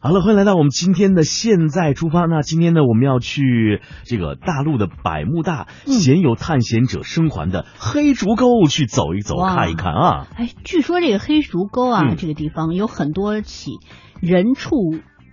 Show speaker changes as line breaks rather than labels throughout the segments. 好了，欢迎来到我们今天的现在出发。那今天呢，我们要去这个大陆的百慕大，
嗯
鲜有探险者生还的黑竹沟去走一走、
哇
看一看啊。
哎，据说这个黑竹沟啊，
嗯
这个地方有很多起人畜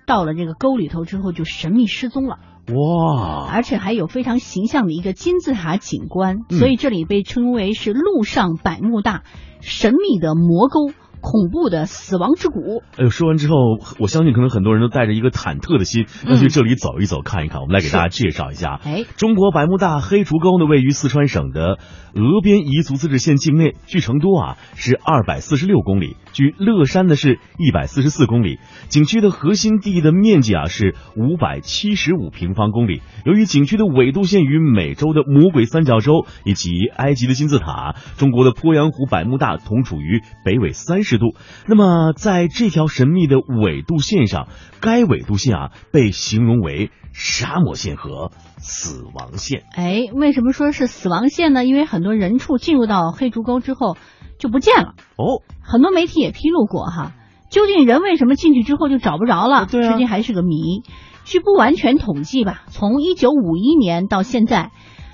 到了这个沟里头之后就神秘失踪了，
哇，
而且还有非常形象的一个金字塔景观，
嗯
所以这里被称为是陆上百慕大，神秘的魔沟。恐怖的死亡之谷，
哎呦，说完之后，我相信可能很多人都带着一个忐忑的心，要去
嗯
这里走一走、看一看。我们来给大家介绍一下。啊
哎，
中国百慕大黑竹沟呢，位于四川省的峨边彝族自治县境内，距成都啊是二百四十六公里，距乐山呢是一百四十四公里。景区的核心地的面积啊是五百七十五平方公里。由于景区的纬度线与美洲的魔鬼三角洲以及埃及的金字塔、中国的鄱阳湖百慕大同处于北纬三十度，那么在这条神秘的纬度线上，该纬度线啊被形容为沙漠线和死亡线。
哎，为什么说是死亡线呢？因为很多人畜进入到黑竹沟之后就不见了，
哦，
很多媒体也披露过哈。究竟人为什么进去之后就找不着了？
啊对啊
至今还是个谜。据不完全统计吧，从一九五一年到现在，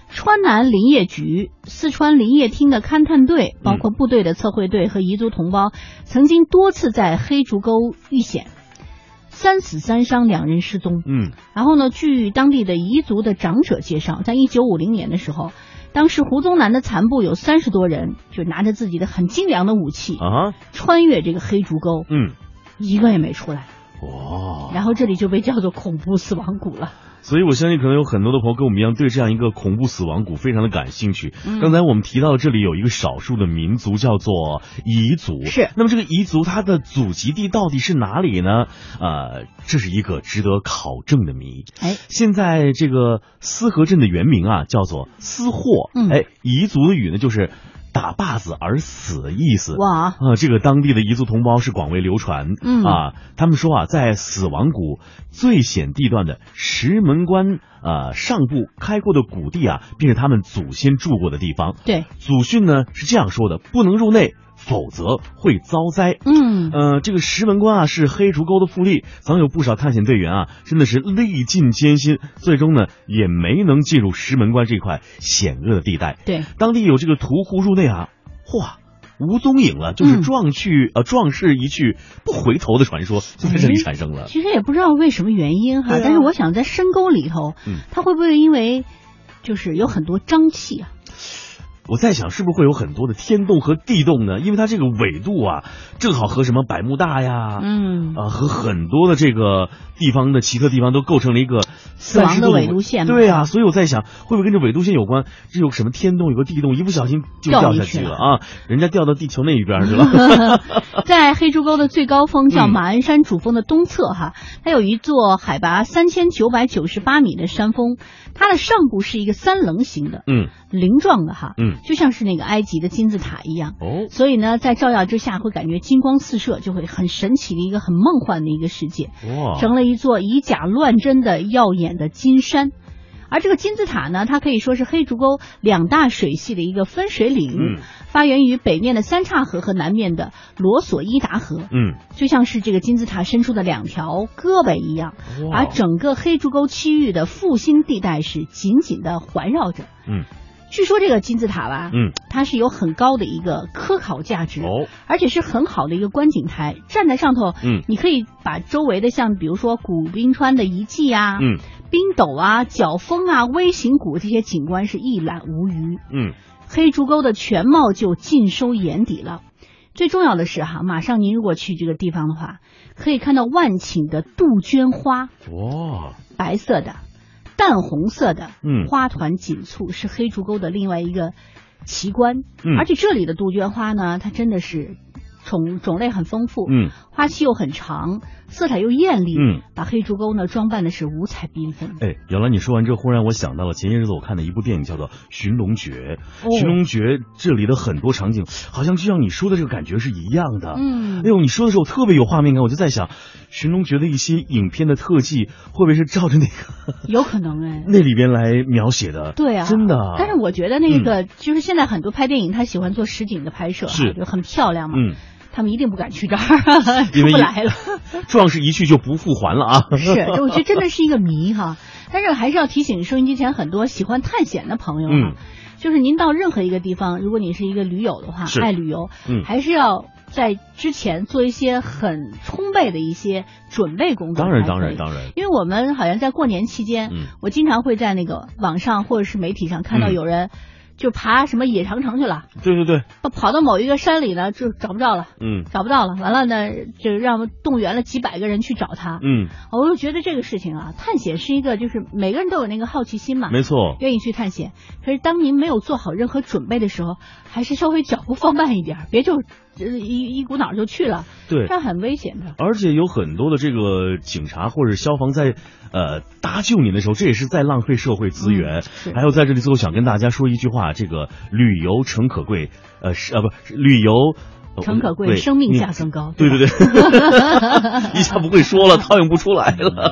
川南林业局、四川林业厅的勘探队，
嗯
包括部队的测绘队和彝族同胞，曾经多次在黑竹沟遇险，三死三伤，两人失踪。
嗯，
然后呢，据当地的彝族的长者介绍，在一九五零年的时候，当时胡宗南的残部有三十多人，就拿着自己的很精良的武器，
啊，
穿越这个黑竹沟，
嗯，
一个也没出来。
哇，
然后这里就被叫做恐怖死亡谷了。
所以我相信可能有很多的朋友跟我们一样，对这样一个恐怖死亡谷非常的感兴趣。
嗯
刚才我们提到这里有一个少数的民族叫做彝族，
是
那么这个彝族它的祖籍地到底是哪里呢？呃，这是一个值得考证的谜。
哎，
现在这个思河镇的原名啊，叫做思霍。
嗯
哎，彝族的语呢，就是打靶子而死的意思。
哇，
啊，这个当地的彝族同胞是广为流传。
嗯
啊，他们说啊，在死亡谷最险地段的石门关呃上部开阔的谷地啊，便是他们祖先住过的地方。
对，
祖训呢是这样说的：不能入内，否则会遭灾。
嗯，
呃，这个石门关啊是黑竹沟的腹地，曾有不少探险队员啊，真的是历尽艰辛，最终呢也没能进入石门关这块险恶的地带。
对，
当地有这个屠户入内啊，嚯，无踪影了，就是
嗯
壮去、呃壮士一去不回头的传说就在这里产生了。
其实也不知道为什么原因哈，
对啊
但是我想在深沟里头，
嗯
它会不会因为就是有很多瘴气啊？
我在想，是不是会有很多的天洞和地洞呢？因为它这个纬度啊，正好和什么百慕大呀。
嗯，
啊，和很多的这个地方的奇特地方都构成了一个
死亡
30
的
度
纬度线嘛
对啊，所以我在想，会不会跟这纬度线有关？这有什么天洞，有个地洞，一不小心就
掉
掉
进
下
去
去
了
了啊！人家掉到地球那一边儿去 了。
在黑竹沟的最高峰叫
嗯
马鞍山主峰的东侧哈，它有一座海拔三千九百九十八米的山峰，它的上部是一个三棱形的
嗯
棱状的哈，
嗯，
就像是那个埃及的金字塔一样。
哦，
所以呢，在照耀之下会感觉金光四射，就会很神奇的一个很梦幻的一个世界，
哇，
成了一座以假乱真的耀眼的金山。而这个金字塔呢，它可以说是黑竹沟两大水系的一个分水岭，
嗯
发源于北面的三岔河和南面的罗索伊达河，
嗯，
就像是这个金字塔伸出的两条胳膊一样，
哇
而整个黑竹沟区域的复兴地带是紧紧的环绕着。
嗯
据说这个金字塔吧，
嗯
它是有很高的一个科考价值，
哦
而且是很好的一个观景台。站在上头，
嗯
你可以把周围的像比如说古冰川的遗迹啊、
嗯
冰斗啊、角峰啊、微型谷这些景观是一览无余，
嗯
黑竹沟的全貌就尽收眼底了。最重要的是哈，马上您如果去这个地方的话，可以看到万顷的杜鹃花，
哇
白色的、淡红色的，
嗯
花团锦簇，是黑竹沟的另外一个奇观。
嗯
而且这里的杜鹃花呢，它真的是种种类很丰富，
嗯
花期又很长，色彩又艳丽，
嗯
把黑竹沟呢装扮的是五彩缤纷。
哎，原来你说完之后，忽然我想到了前些日子我看的一部电影，叫做《寻龙诀》。
哦
《寻龙诀》这里的很多场景，好像就像你说的这个感觉是一样的。
嗯
哎，呦，你说的时候特别有画面感，我就在想，《寻龙诀》的一些影片的特技会不会是照着那个
有可能哎。
那里边来描写的？
对啊，
真的啊。嗯
但是我觉得那个、就是现在很多拍电影，他喜欢做实景的拍摄啊，
是
就很漂亮嘛。
嗯
他们一定不敢去这儿，
因
出
为
不
一
来 了。
壮士一去就不复还了啊！
是，这我觉得真的是一个谜哈。但是还是要提醒收音机前很多喜欢探险的朋友啊，
嗯
就是您到任何一个地方，如果你是一个驴友的话
是，
爱旅游，
嗯
还是要在之前做一些很充沛的一些准备工作。
当然，当然，。当然，
因为我们好像在过年期间，
嗯
我经常会在那个网上或者是媒体上看到
嗯
有人就爬什么野长城去了，
对对对，
跑跑到某一个山里呢，就找不着了，
嗯
找不到了，完了呢，就让动员了几百个人去找他。
嗯，
我就觉得这个事情啊，探险是一个就是每个人都有那个好奇心嘛，
没错，
愿意去探险。可是当您没有做好任何准备的时候，还是稍微脚步放慢一点儿，别就呃一一股脑儿就去了，
对
这。样很危险的。
而且有很多的这个警察或者消防在，呃，搭救你的时候，这也是在浪费社会资源。
嗯是
还有在这里最后想跟大家说一句话：这个旅游诚可贵，呃，是啊，不是旅游。呃
诚可贵
对
生命
你
价更高
对对
对
对，一下不会说了，套用不出来了。